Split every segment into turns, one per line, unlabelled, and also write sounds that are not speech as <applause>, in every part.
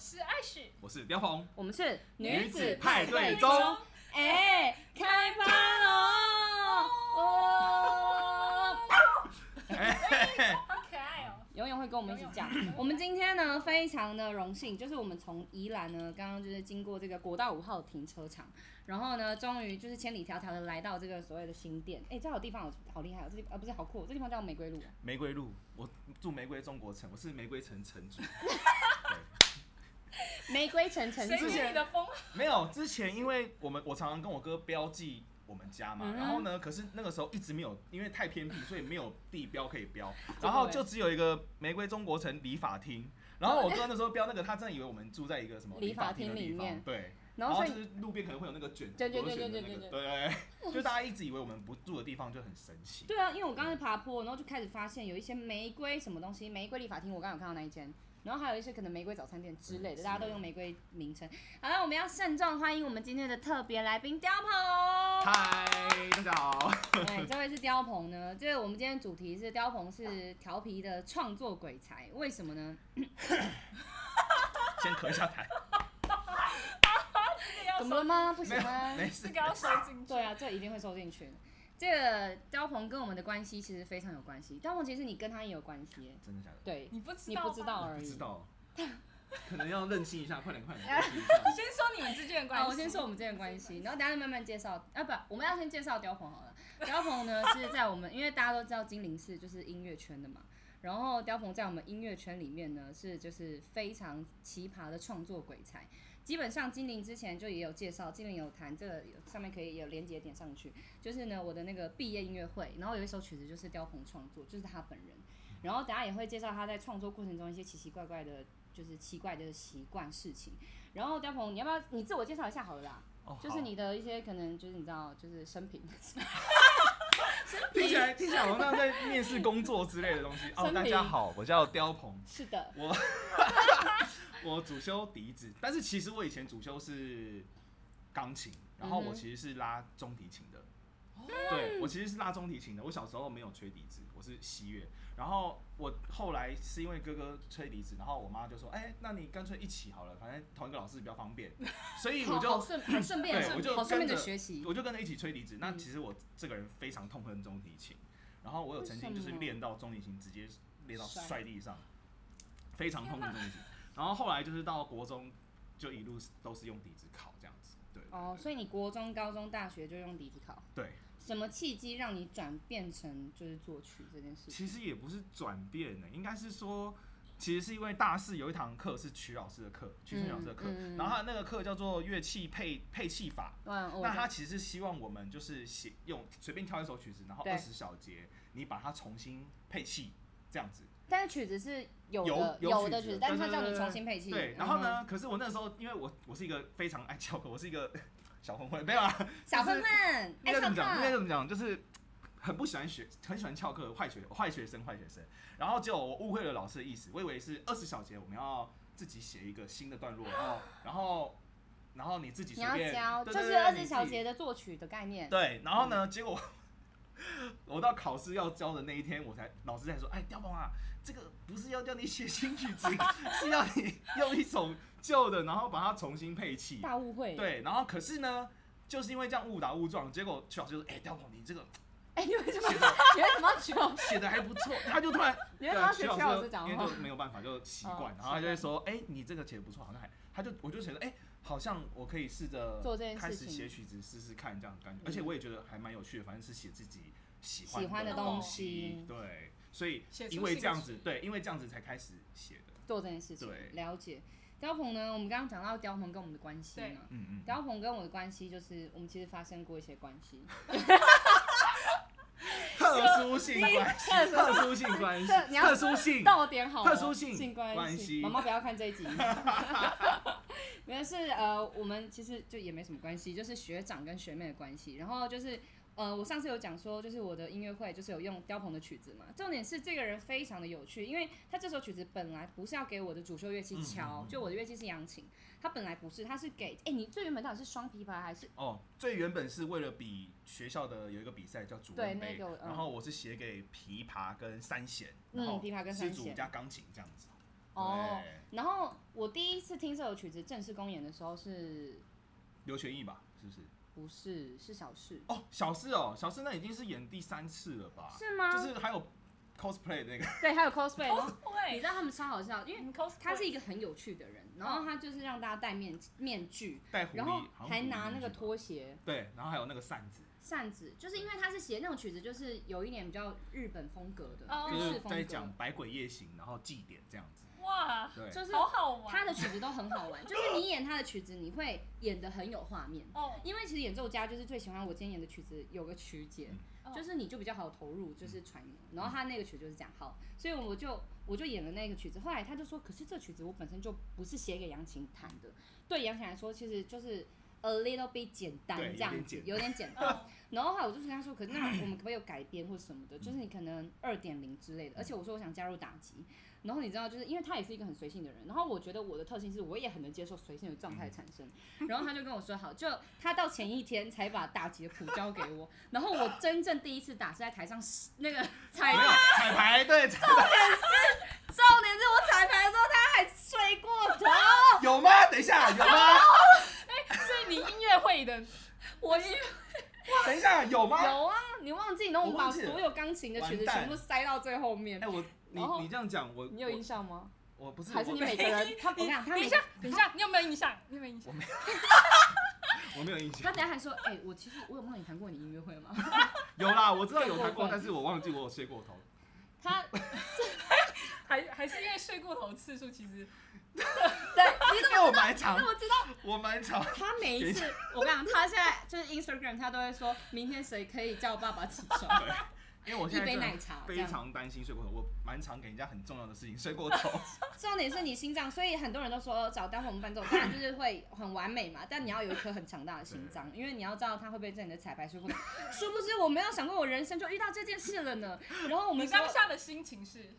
是
我是雕鹏，
我们是
女子派对中，
哎、开趴喽！哦，
好可爱哦、
永远会跟我们一起讲。我们今天呢，非常的荣幸，就是我们从宜兰呢，刚刚就是经过这个国道五号停车场，然后呢，终于就是千里迢迢的来到这个所谓的新店。哎、这好地方好好厉害哦，这地呃不是好酷、哦，这地方叫玫瑰路、啊。
玫瑰路，我住玫瑰中国城，我是玫瑰城城 <laughs> 主。
玫瑰城城
谁
主
之前
给你的封号？
没有，之前因为我们我常常跟我哥标记我们家嘛，
嗯
然后呢，可是那个时候一直没有，因为太偏僻，所以没有地标可以标，
的
然后
欸
就只有一个玫瑰中国城理发厅。然后我哥那时候标那个，他真的以为我们住在一个什么
理发
发厅的
厅里
地方
面
对，
然
然
后
后
所
就
以
是路边可能会有那个卷
对对
螺旋
对对
的那
对
个，
对
对对， <laughs> 就大家一直以为我们不住的地方就很神奇。
<laughs> 对啊，因为我刚才爬坡，然后就开始发现有一些玫瑰什么东西，玫瑰理发厅，我刚刚有看到那一间，然后还有一些可能玫瑰早餐店之类的，
嗯
大家都用玫瑰名称。好了，我们要慎重欢迎我们今天的特别来宾雕鹏。
嗨，大家好。
对，这位是雕鹏呢，这个我们今天主题是雕鹏是调皮的创作鬼才，为什么呢？
先咳一下痰，
这个要
怎么
收，
了吗？不行吗？
没事
这。个要收进去。
对啊，这一定会收进去。这个雕鹏跟我们的关系其实非常有关系，雕鹏其实你跟他也有关系耶，
真的假的？
对，
你不知
你
道吗？
不知道
我
而
不
已。
知道，
<laughs>
可能要认清一下，快点快点认清一下。
先说你们之间的关
啊，
系。
我先说我们之间的关系，然后大家慢慢介绍。啊，不，我们要先介绍雕鹏好了。雕鹏呢是在我们，因为大家都知道金陵寺就是音乐圈的嘛，然后雕鹏在我们音乐圈里面呢是就是非常奇葩的创作鬼才。基本上金陵之前就也有介绍，金陵有谈这个上面可以有连接点上去，就是呢我的那个毕业音乐会，然后有一首曲子就是雕鹏创作，就是他本人。然后等下也会介绍他在创作过程中一些奇奇怪怪的，就是奇怪的习惯事情。然后雕鹏，你要不要你自我介绍一下好了啦？
哦
就是你的一些可能就是你知道就是生平， <laughs>
好听起来听起来好像在面试工作之类
<laughs>
的东西。
生
哦，
平
大家好，我叫刁鹏，
是的，
我主修笛子，但是其实我以前主修是钢琴，然
嗯
后
哼
我其实是拉中提琴的。
哦
对，我其实是拉中提琴的。我小时候没有吹笛子，我是西乐。然后我后来是因为哥哥吹笛子，然后我妈就说：“哎、那你干脆一起好了，反正同一个老师比较方便。”所以我
<laughs> 好
就
好顺好顺便
对我就
好顺便的
跟着
学习，
我就跟着一起吹笛子。那
嗯
其实我这个人非常痛恨中提琴，然后我有曾经就
为什
是
么
练到中提琴直接练到
摔
摔地上，非常痛恨中提琴。然后后来就是到国中就一路都是用笛子考这样子，对
哦，所以你国中、高中、大学就用笛子考，
对。
什么契机让你转变成就是作曲这件事情？
其实也不是转变呢、欸应该是说，其实是因为大四有一堂课是曲老师的课，曲春老师的课，
嗯嗯嗯
然后他那个课叫做乐器配配器法，
哇，我
那他其实希望我们就是写用随便挑一首曲子，然后
对
二十小节，你把它重新配器这样子。
但是曲子是有
有
的
有
有
曲
的
子
曲子
对，
但是
对
他叫
对
你
对
重新配器，
对，
嗯
然后？呢？可是我那时候因为我我是一个非常爱翘课，我是一个小混混，没有啊？
嗯小笨笨，
那
哎，
个
小
怎么讲？那
胖
个怎么讲？就是很不喜欢学，很喜欢翘课，坏学坏学生，坏学生。然后就我误会了老师的意思，我以为是二十小节我们要自己写一个新的段落，然后然后然后你自己
你
随
要
便，
教，
对
就
对
是
对
二
你
十
自
小
己
节的作曲的概念。
对，然后呢，结果我 <laughs> 到考试要交的那一天，我才老师才说，哎，刁鹏啊，这个不是要叫你写新曲子， <laughs> 是要你用一首旧的，然后把它重新配器。
大误会。，
对，然后可是呢，就是因为这样误打误撞，结果曲老师就说，哎，刁鹏，你这个
哎， <laughs> 你为什么
写的
学什么曲？
写的还不错，他就突然，
你为什么要
对
学曲
曲
老
老
师讲
因
话
为就没有办法就习惯
哦，
然后他就会说，哎，你这个写的不错，好像还，他就我就觉得，哎。好像我可以试着
做这件事
开
情
始
嗯
写曲子试试看，这样的感觉，而且我也觉得还蛮有趣的，反正是写自己喜欢
喜欢的
的
东西
西。对，所以
写出
因为
新的
这样
曲
子，对，因为这样子才开始写的。
做这件事情
对。
了解。雕鹏呢，我们刚刚讲到雕鹏跟我们的关系
对
嘛，
嗯嗯，
雕鹏跟我的关系就是我们其实发生过一些关
<laughs>
系，
特殊性关系，
特殊
特殊性关系，
这你要
特殊性，
到点好了
特殊性
性关
关系
妈妈不要看这
<laughs>
一集。没有是呃，我们其实就也没什么关系，就是学长跟学妹的关系。然后就是呃，我上次有讲说，就是我的音乐会就是有用雕鹏的曲子嘛。重点是这个人非常的有趣，因为他这首曲子本来不是要给我的主修乐器
嗯
敲，
嗯嗯
就我的乐器是扬琴，他本来不是，他是给哎、你最原本到底是双琵琶还是
哦，最原本是为了比学校的有一个比赛叫主
对
任杯，
那个嗯
然后我是写给琵琶跟三弦，
嗯
然后
琵琶跟三弦
丝竹加钢琴这样子。
哦哦
对，
然后我第一次听这首曲子正式公演的时候是
刘全义吧，是不是？
不是是小事？
哦，小四哦，小四那已经是演第三次了吧？
是啊吗？
就是还有 cosplay 那个，
对，还有 cosplay，然
哦
后你
会
知，道他们超好笑，因为
你 cos
他是一个很有趣的人，然后他就是让大家戴面面具，
带狐狸，
然后
好像
还
狐狸
拿那
面具
个
吧，
拖鞋。
对，然后还有那个扇子，
扇子，就是因为他是写那种曲子，就是有一点比较日本风格的、
哦
就
日式
是
风
在
格，
讲百鬼夜行，然后祭典这样子。
哇，
对，
就是
好好
他
玩
的曲子都很好玩，就是你演他的曲子，你会演的很有画面。
哦，
因为其实演奏家就是最喜欢我今天演的曲子有个曲解，
嗯
就是你就比较好投入，
嗯
就是揣摩。然后他那个曲就是讲好，所以我就我就演了那个曲子。后来他就说，可是这曲子我本身就不是写给扬琴弹的，对扬琴来说其实就是 a little bit 简单
对
这样
有点
子
简，单
有点简单。
嗯
然后后来我就是跟他说，可是那我们可不可以有改编或什么
嗯
的？就是你可能二点零之类的。而且我说我想加入打击，然后你知道，就是因为他也是一个很随性的人，然后我觉得我的特性是我也很能接受随性的状态产生。
嗯
然后他就跟我说好，就他到前一天才把打击的谱交给我，然后我真正第一次打是在台上那
<laughs>
个彩
没有
排，
彩排，对，彩排
重点是我彩排的时候他还睡过头，
有啊吗？等一下，有吗？
是你音乐
<laughs>
会的
我是
等一下，有吗？
有啊，你忘记，然后我们
我
把
忘记了
所有钢琴的曲子
完蛋
全部塞到最后面
哎，。我
然后
你你这样讲，我
你有印象吗？
我我不是
还是
我
你每个 <laughs> 人他不看，他
等
每
一下，等一下，你有没有印象？你有
<laughs>
没有印象？
我没有印象
他，等一下还说，哎、我其实我有帮你弹过你音乐会吗？
有啦，我知道有
<laughs>
谈
更过分
过，但是我忘记我有睡过头。
<laughs> <laughs> 他
还还是因为睡过头次数其实
对，你怎
因
么？
为我蛮长
那，我知道，
我蛮
<laughs>
长，
他每一次，我跟你讲，他现在就是 Instagram，他都会说明天谁可以叫爸爸起 <laughs> 床，
因为我
一
现在
杯
真
奶
的
茶这
非
样。
常担心睡过头，我蛮常给人家很重要的事情睡
<laughs>
过头。
重点是你心脏，所以很多人都说找当红伴奏，当然就是会很完美嘛，但你要有一颗很强大的心脏，因为你要知道他会不会 <laughs> 在你的彩排说过。殊不知我没有想过我人生就遇到这件事了呢。然后我
你
们
当
说，
下的心情是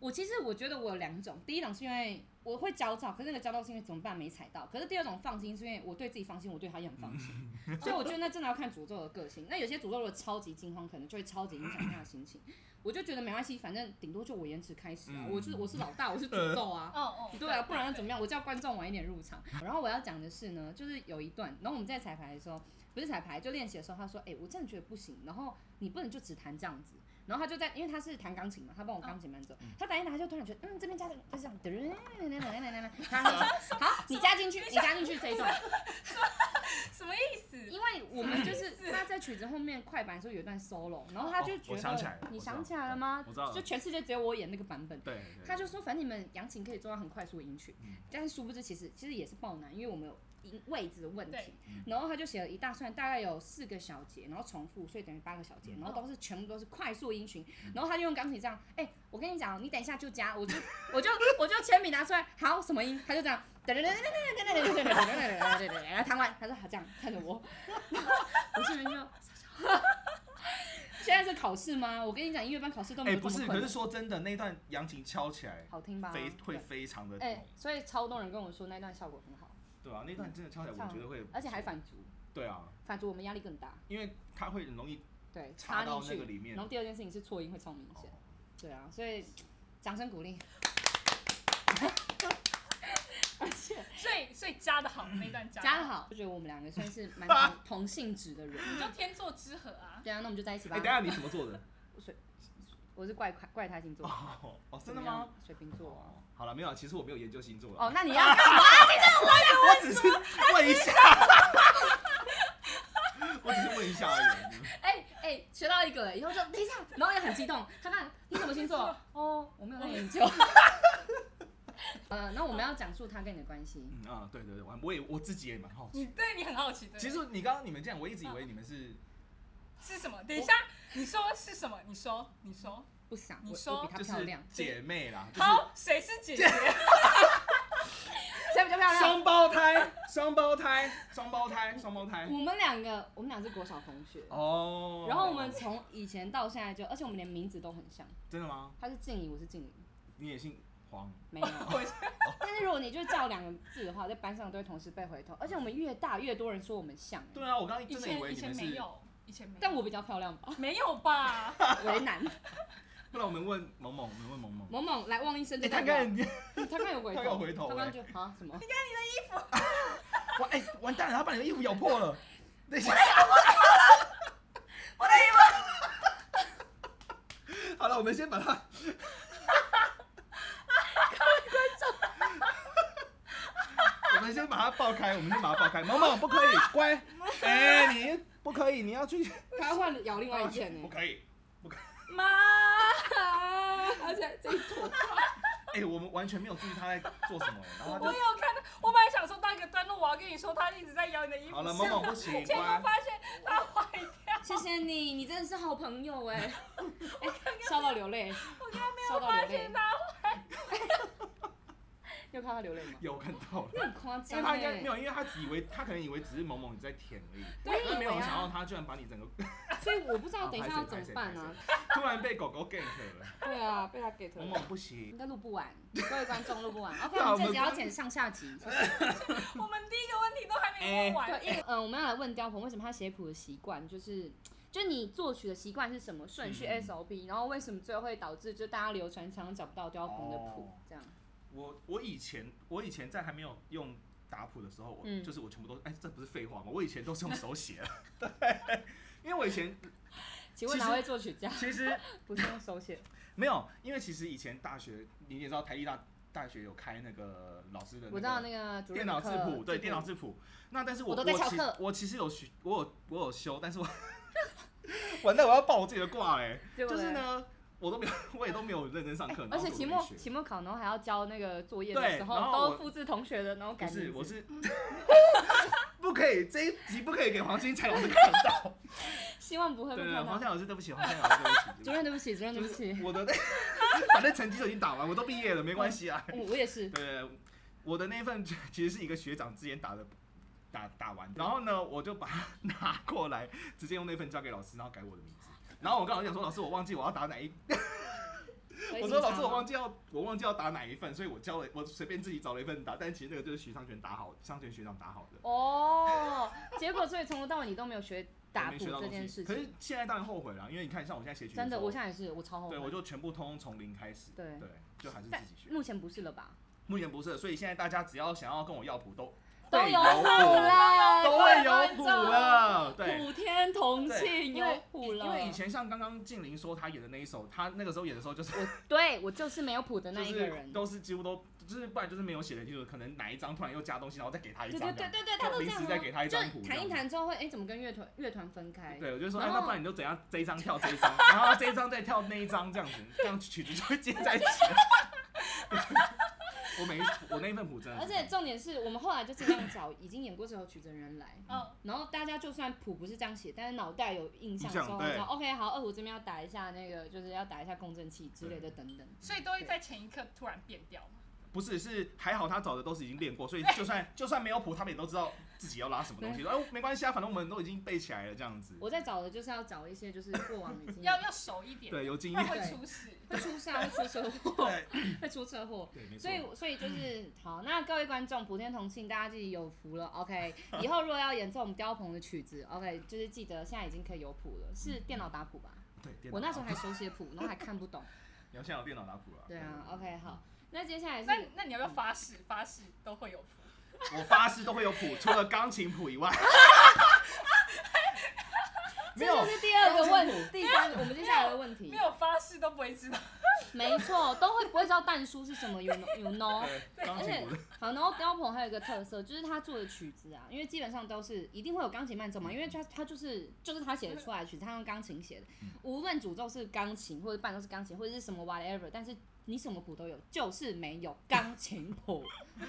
我其实我觉得我有两种，第一种是因为我会焦躁，可是那个焦躁是因为怎么办没踩到；可是第二种放心是因为我对自己放心，我对他也很放心。 <laughs> 所以我觉得那真的要看诅咒的个性。那有些诅咒如果超级惊慌，可能就会超级影响他的心情。我就觉得没关系，反正顶多就我延迟开始啊，
嗯
我就是我是老大，我是诅咒
<laughs>
啊。 <laughs>
哦哦，
对啊，不然要怎么样？我叫观众晚一点入场。 <laughs> 然后我要讲的是呢，就是有一段，然后我们在彩排的时候，不是彩排就练习的时候，他说：“哎、我真的觉得不行，然后你不能就只弹这样子。”然后他就在，因为他是弹钢琴嘛，他帮我钢琴伴奏，嗯他弹一弹，他就突然觉得，嗯，这边加这个，他就这样，噔，他说：“好， <laughs> 你加进去，你加进去这一段。”
什么意思？
因为我们就是他在曲子后面快板的时候有一段 solo，然后他就
哦
觉
我想起来
得
了，
你
我知道
想起来了吗
我知道？了
就全世界只有我演那个版本。
对，
他就说，反正你们扬琴可以做到很快速的音曲，
嗯
但是殊不知其实其实也是爆难，因为我们有音位置的问题
对。
嗯
然后他就写了一大串，大概有四个小节，然后重复，所以等于八个小
嗯
节，然后都是全部都是快速音群。然后他就用钢琴这样，哎、我跟你讲哦，你等一下就加，我就 <laughs> 我就我就铅笔拿出来，好什么音，他就这样， <laughs> 噔噔噔噔噔噔噔噔噔噔噔噔噔噔，然后弹完，他说好这样看着我， <laughs> 我这人就。 <laughs> 现在是考试吗？我跟你讲，音乐班考试都没
哎，
有
不
这么
是，
困
可
难
是，说真的，那段扬琴敲起来
好听吧？
非
对
会非常的
哎、
浓，
所以超多人跟我说那段效果很好，
对啊，那段真的敲起来，我觉得会，
而且还反足，
对啊，
反足我们压力更大，
因为它会很容易
对，
插到
进
那
去。
个里面
然。后第二件事情是错音会超明
哦
显，对啊，所以掌声鼓励。而且
所以所以加的好那段加
加
得
的好，我觉得我们两个算是蛮同同性质的人。
好，你就天作之合啊。
对啊，那我们就在一起吧
哎，等一。下你什么做
<laughs>
的？
我是怪怪胎星座，
哦哦，真的
啊怎么
吗？
样？水瓶座啊。
哦，好了，没有啊，其实我没有研究星座了。
哦，那你要干嘛？ <laughs>
我只是问一下， <laughs> 我只是问一下而已。
哎哎，学到一个了，以后就等一下，然后也很激动。他看你什么星座？哦，我没有在研
<laughs>
究。呃，那我们要讲述他跟你的关系。
嗯啊，对对对，我我也我自己也蛮好奇。
你对你很好奇，对
其实你刚刚你们这样，我一直以为你们是
是什么？等一下，你说是什么？你说，你说，
不想，
你
我
说
我比她
就是
漂
<laughs>
亮，
姐妹啦，就是
好，谁是姐姐？
谁比较漂亮？
双胞胎，双胞胎，双胞胎，双胞胎。
我们两个，我们俩是国小同学，
哦，
然后我们从以前到现在就，而且我们连名字都很像，
真的吗？
他是静怡，我是静怡，
你也姓黄？ <laughs>
没有。
我
但是如果你就叫两个字的话，在班上都会同时被回头，而且我们越大越多人说我们像，
对啊，我刚刚
以
真的以
前
为
以
你
前
们
没
<laughs> 是。
有，以前没有，
但我比较漂亮吧，
没有吧？
为难。
后来我们问萌萌，我们问萌萌，
萌萌来望一生
哎、
就
他
代表
刚
他
才
刚有回头，
他有回头
他刚
哎
就啊什么？
哇，哎、完蛋了，他把你的衣服咬破了。等一下，
我的衣服，
<laughs> 好了，我们先把它 <laughs> 我们先把它爆开，我们先把它爆开。萌萌不可以，
<laughs>
乖，哎、你不可以，你要去。
他要换咬另外一欸件
<laughs> 不
<laughs> 呢，
可以。
妈，
而且这一坨
哎、我们完全没有注意他在做什么，欸然后
我
他
有看到，我本来想说到一个段落，我要跟你说，他一直在咬你的衣
就
服，
好了，萌萌不行，
结果
乖。
发现他坏掉，
谢谢你，你真的是好朋友
<laughs>
哎，哎笑到流泪，笑
我
到
发
流泪
现，他
你有看他流
<laughs>
泪吗？
有看到了。
那很夸
因为
张
他应该
哎
没，有，因为他只以为他可能以为只是萌萌你在舔而已，
对
但没有
以为啊
想到他居然把你整个 <laughs>
所以我不知道
好
等一下
拍谁
要怎么
拍谁
办
拍
啊。
突然被狗狗 gank 了，
对啊，被他 get
萌
了，
萌不行
应。该录不 <laughs> 完，各位观众录 <laughs> 不完。OK，
对啊
我
我
们
们哎
这集要剪上下
<laughs>
集。
我们第一个问题都还没问完，
对，因为呃，我们要来问刁鹏为什么他写谱的习惯就是。就你作曲的习惯是什么顺序
嗯
SOP，、然后为什么最后会导致就大家流传常常找不到刁鹏的谱、
哦
这样？
我我以前我以前在还没有用打谱的时候，我、
嗯
就是我全部都哎、这不是废话吗？我以前都是用手写的， <laughs> 对，因为我以前
请问
其
哪
实
位作曲家
其实
不是用手写？
没有，因为其实以前大学你也知道台艺大大学有开那个老师的、那
我
个
知道那个主任
电脑
课
字谱，对电脑字谱。那但是我
我都在翘
其
课
我其实有学，我有我有修，
<laughs>
但是我完蛋，我要爆我自己的挂哎、
对不
就
对
是呢，我都没有， <laughs> 我也都没有认真上课、然后
而且
就
期
没
末
学
期末考，然后还要交那个作业的
对
时
然
候，
后
都
我
复制同学的，然后
不
改名
是
字 <laughs>
我是 <laughs> 不可以这一集不可以给黄金蔡老师看
<laughs>
到，
希望不会
对
被
对对，
看
黄
到。
蔡老师对不起，黄蔡老师对不起，
主任对不起，主任对
就
不
是 <laughs>
起，
我
<laughs>
的那反正成绩都已经打完，我都毕业了，没关系啊。
我我也是，
对，我的那份其实是一个学长之前打的，打打完，然后呢，我就把它 <laughs> 拿过来，直接用那份交给老师，然后改我的名字。然后我跟老师讲说，老师我忘记我要打哪一，我说老师我忘
记，
记要我忘记要打哪一份，所以我教了我随便自己找了一份打，但其实那个就是徐尚权打好，尚权学长打好的。
哦，结果所以从头到尾你都没有学打
我没
鼓
学到
这
东
件
西，
事
可是
情，
现在当然后悔了，因为你看像我现在写曲
真的，
时候
我现在也是，我超后
对我
悔。
就全部通通从零开始，
对
对，就还是
但
自己学。
目前不是了吧？
目前不是，所以现在大家只要想要跟我要谱都
都
会
有
谱
谱了，
<laughs> 都会有谱了，对。
普天同
对
庆
因
有
为
谱了。
因为以前像刚刚静玲说她演的那一首，她那个时候演的时候就是
我对我就是没有谱的那
就
一个
是
人。
都是几乎都就是不然就是没有写的清楚，可能哪一张突然又加东西，然后再给她一
对
张，
对对对对，他都这
临
样
时再给
哦，
她一张谱
就，弹一
这样。
弹之后会，哎，怎么跟乐团乐团分开？
对，我就说，
然
哎，
后
那不然你就怎样，这一张跳这一张，然后这一张再跳那一张，这样子，这样曲子就会接在一起。 <laughs> 我每一我那一份谱真的
而
是这
且
样，
重点是我们后来就尽量找已经演过这首曲子的人来，
嗯，
<laughs> 然后大家就算谱不是这样写，但是脑袋有印象
印
的
象
时候，
对
知道 OK 好，二胡这边要打一下那个，就是要打一下共振器之类的等等。
所以都会在前一刻突然变掉嘛。
不是是还好他找的都是已经练过，所以就算就算没有谱，他们也都知道自己要拉什么东西。说哎，没关系啊，反正我们都已经背起来了，这样子。
我在找的就是要找一些就是过往
<laughs>
已经
要要熟一点，
嗯对，有经
不然
验。
会出事。
会出事啊，会出车祸，
<laughs> 对，
<laughs> 会出车祸。
对，没错。
所以，所以
<clears throat>
就是好，那各位观众，普天同庆，大家自己有福了。OK，以后如果要演奏我们雕鹏的曲子，OK，就是记得现在已经可以有谱了，是电脑打谱吧？
对，电脑
我那
打
时候还手写谱，然后还看不懂。
你要现在有电脑打谱了。
对啊，OK，好，那接下来
那
是
那你要不要发誓？发誓都会有谱。
我发誓都会有谱，除了钢琴谱以
<laughs>
外。没有
这就是第二个
没有
问，第三，我们接下来的问题
没，有发誓都不会知道。
没错，都会不会知道蛋书是什么，you know you know。
对，钢琴谱。
好，然后雕鹏还有一个特色，就是他做的曲子啊，因为基本上都是一定会有钢琴伴奏嘛，因为他他就是就是他写的出来的曲子，他用钢琴写的，
嗯
无论主奏是钢琴或者伴奏是钢琴或者是什么 whatever，但是你什么谱都有，就是没有钢琴谱。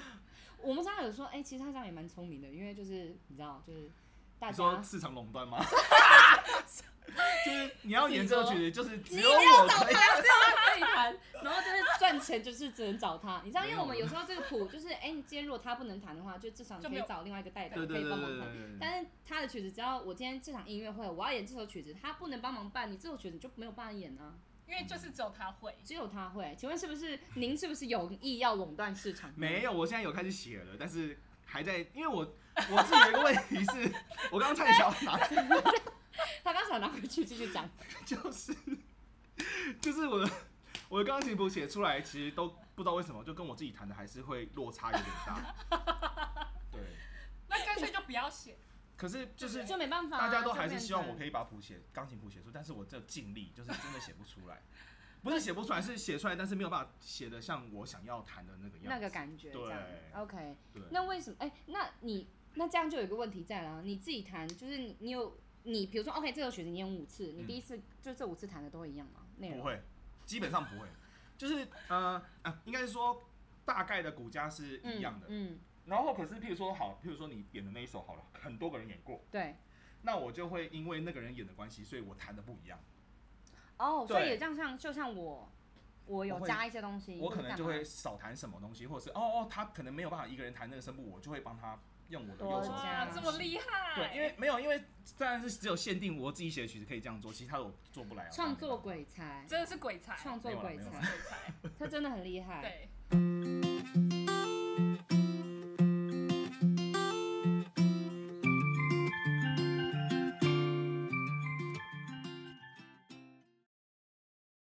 <laughs> 我们常常有说，哎、其实他这样也蛮聪明的，因为就是你知道，就是大
你说
家
市场垄断吗？ <laughs> 就是你要演这个曲子，就是只
你一
有
定要
我
找
可以。
他，只有他可以弹。然后就是赚钱，就是只能找他。你知道，因为我们有时候这个谱就是，哎、你今天如果他不能弹的话，就至少你
就
可
没
以
有
找另外一个代表
对
可
对
以
对
帮
对
忙
对
弹。
对对。
但是他的曲子，只要我今天这场音乐会，我要演这首曲子，他不能帮忙办，你这首曲子就没有办法演啊，
因为就是只有他会。
只有他会。请问是不是您是不是有意要垄断市场？
没，有，我现在有开始写了，但是还在，因为我我自己有一个问题是，我刚刚差点想要拿， <laughs>
他刚想拿回去继续讲。
就是就是我的我的钢琴谱写出来，其实都不知道为什么，就跟我自己弹的还是会落差有点大。对，
那干脆就不要写。
可是就是
就没办法啊、
大家都还是希望我
以。
可以把谱写钢琴谱写出，但是我这尽力就是真的写不出来，不是写不出来，是写出来，但是没有办法写的像我想要弹的那个样子。
那个感觉这样
对
，OK。
对，
那为什么？哎、那你那这样就有一个问题在啦，你自己弹，就是你你有你，比如说 OK，这首曲子你演五次，你
嗯
第一次、就这五次弹的都会一样吗？内
不
容？
会，基本上不会，就是呃啊，应该是说大概的骨架是
嗯
一样的。
嗯，
然后可是譬如说好，譬如说你点的那一首好了，很多个人演过，
对。
那我就会因为那个人演的关系，所以我弹的不一样。
哦，所以
对
也这样像，就像我，我有
我会
加一些东西，
我可能就
干
会
嘛
少弹什么东西，或者是哦哦，他可能没有办法一个人弹那个声部，我就会帮他用我的右
多
手
加
哇，
弹
这么厉害！
对，因为没有，因为当然是只有限定我自己写的曲子可以这样做，其他的我做不来。啊
创作鬼才，
真的是鬼才，
创作
没有啦
鬼
没有
才
啦，
鬼才，
他真的很厉害。
对。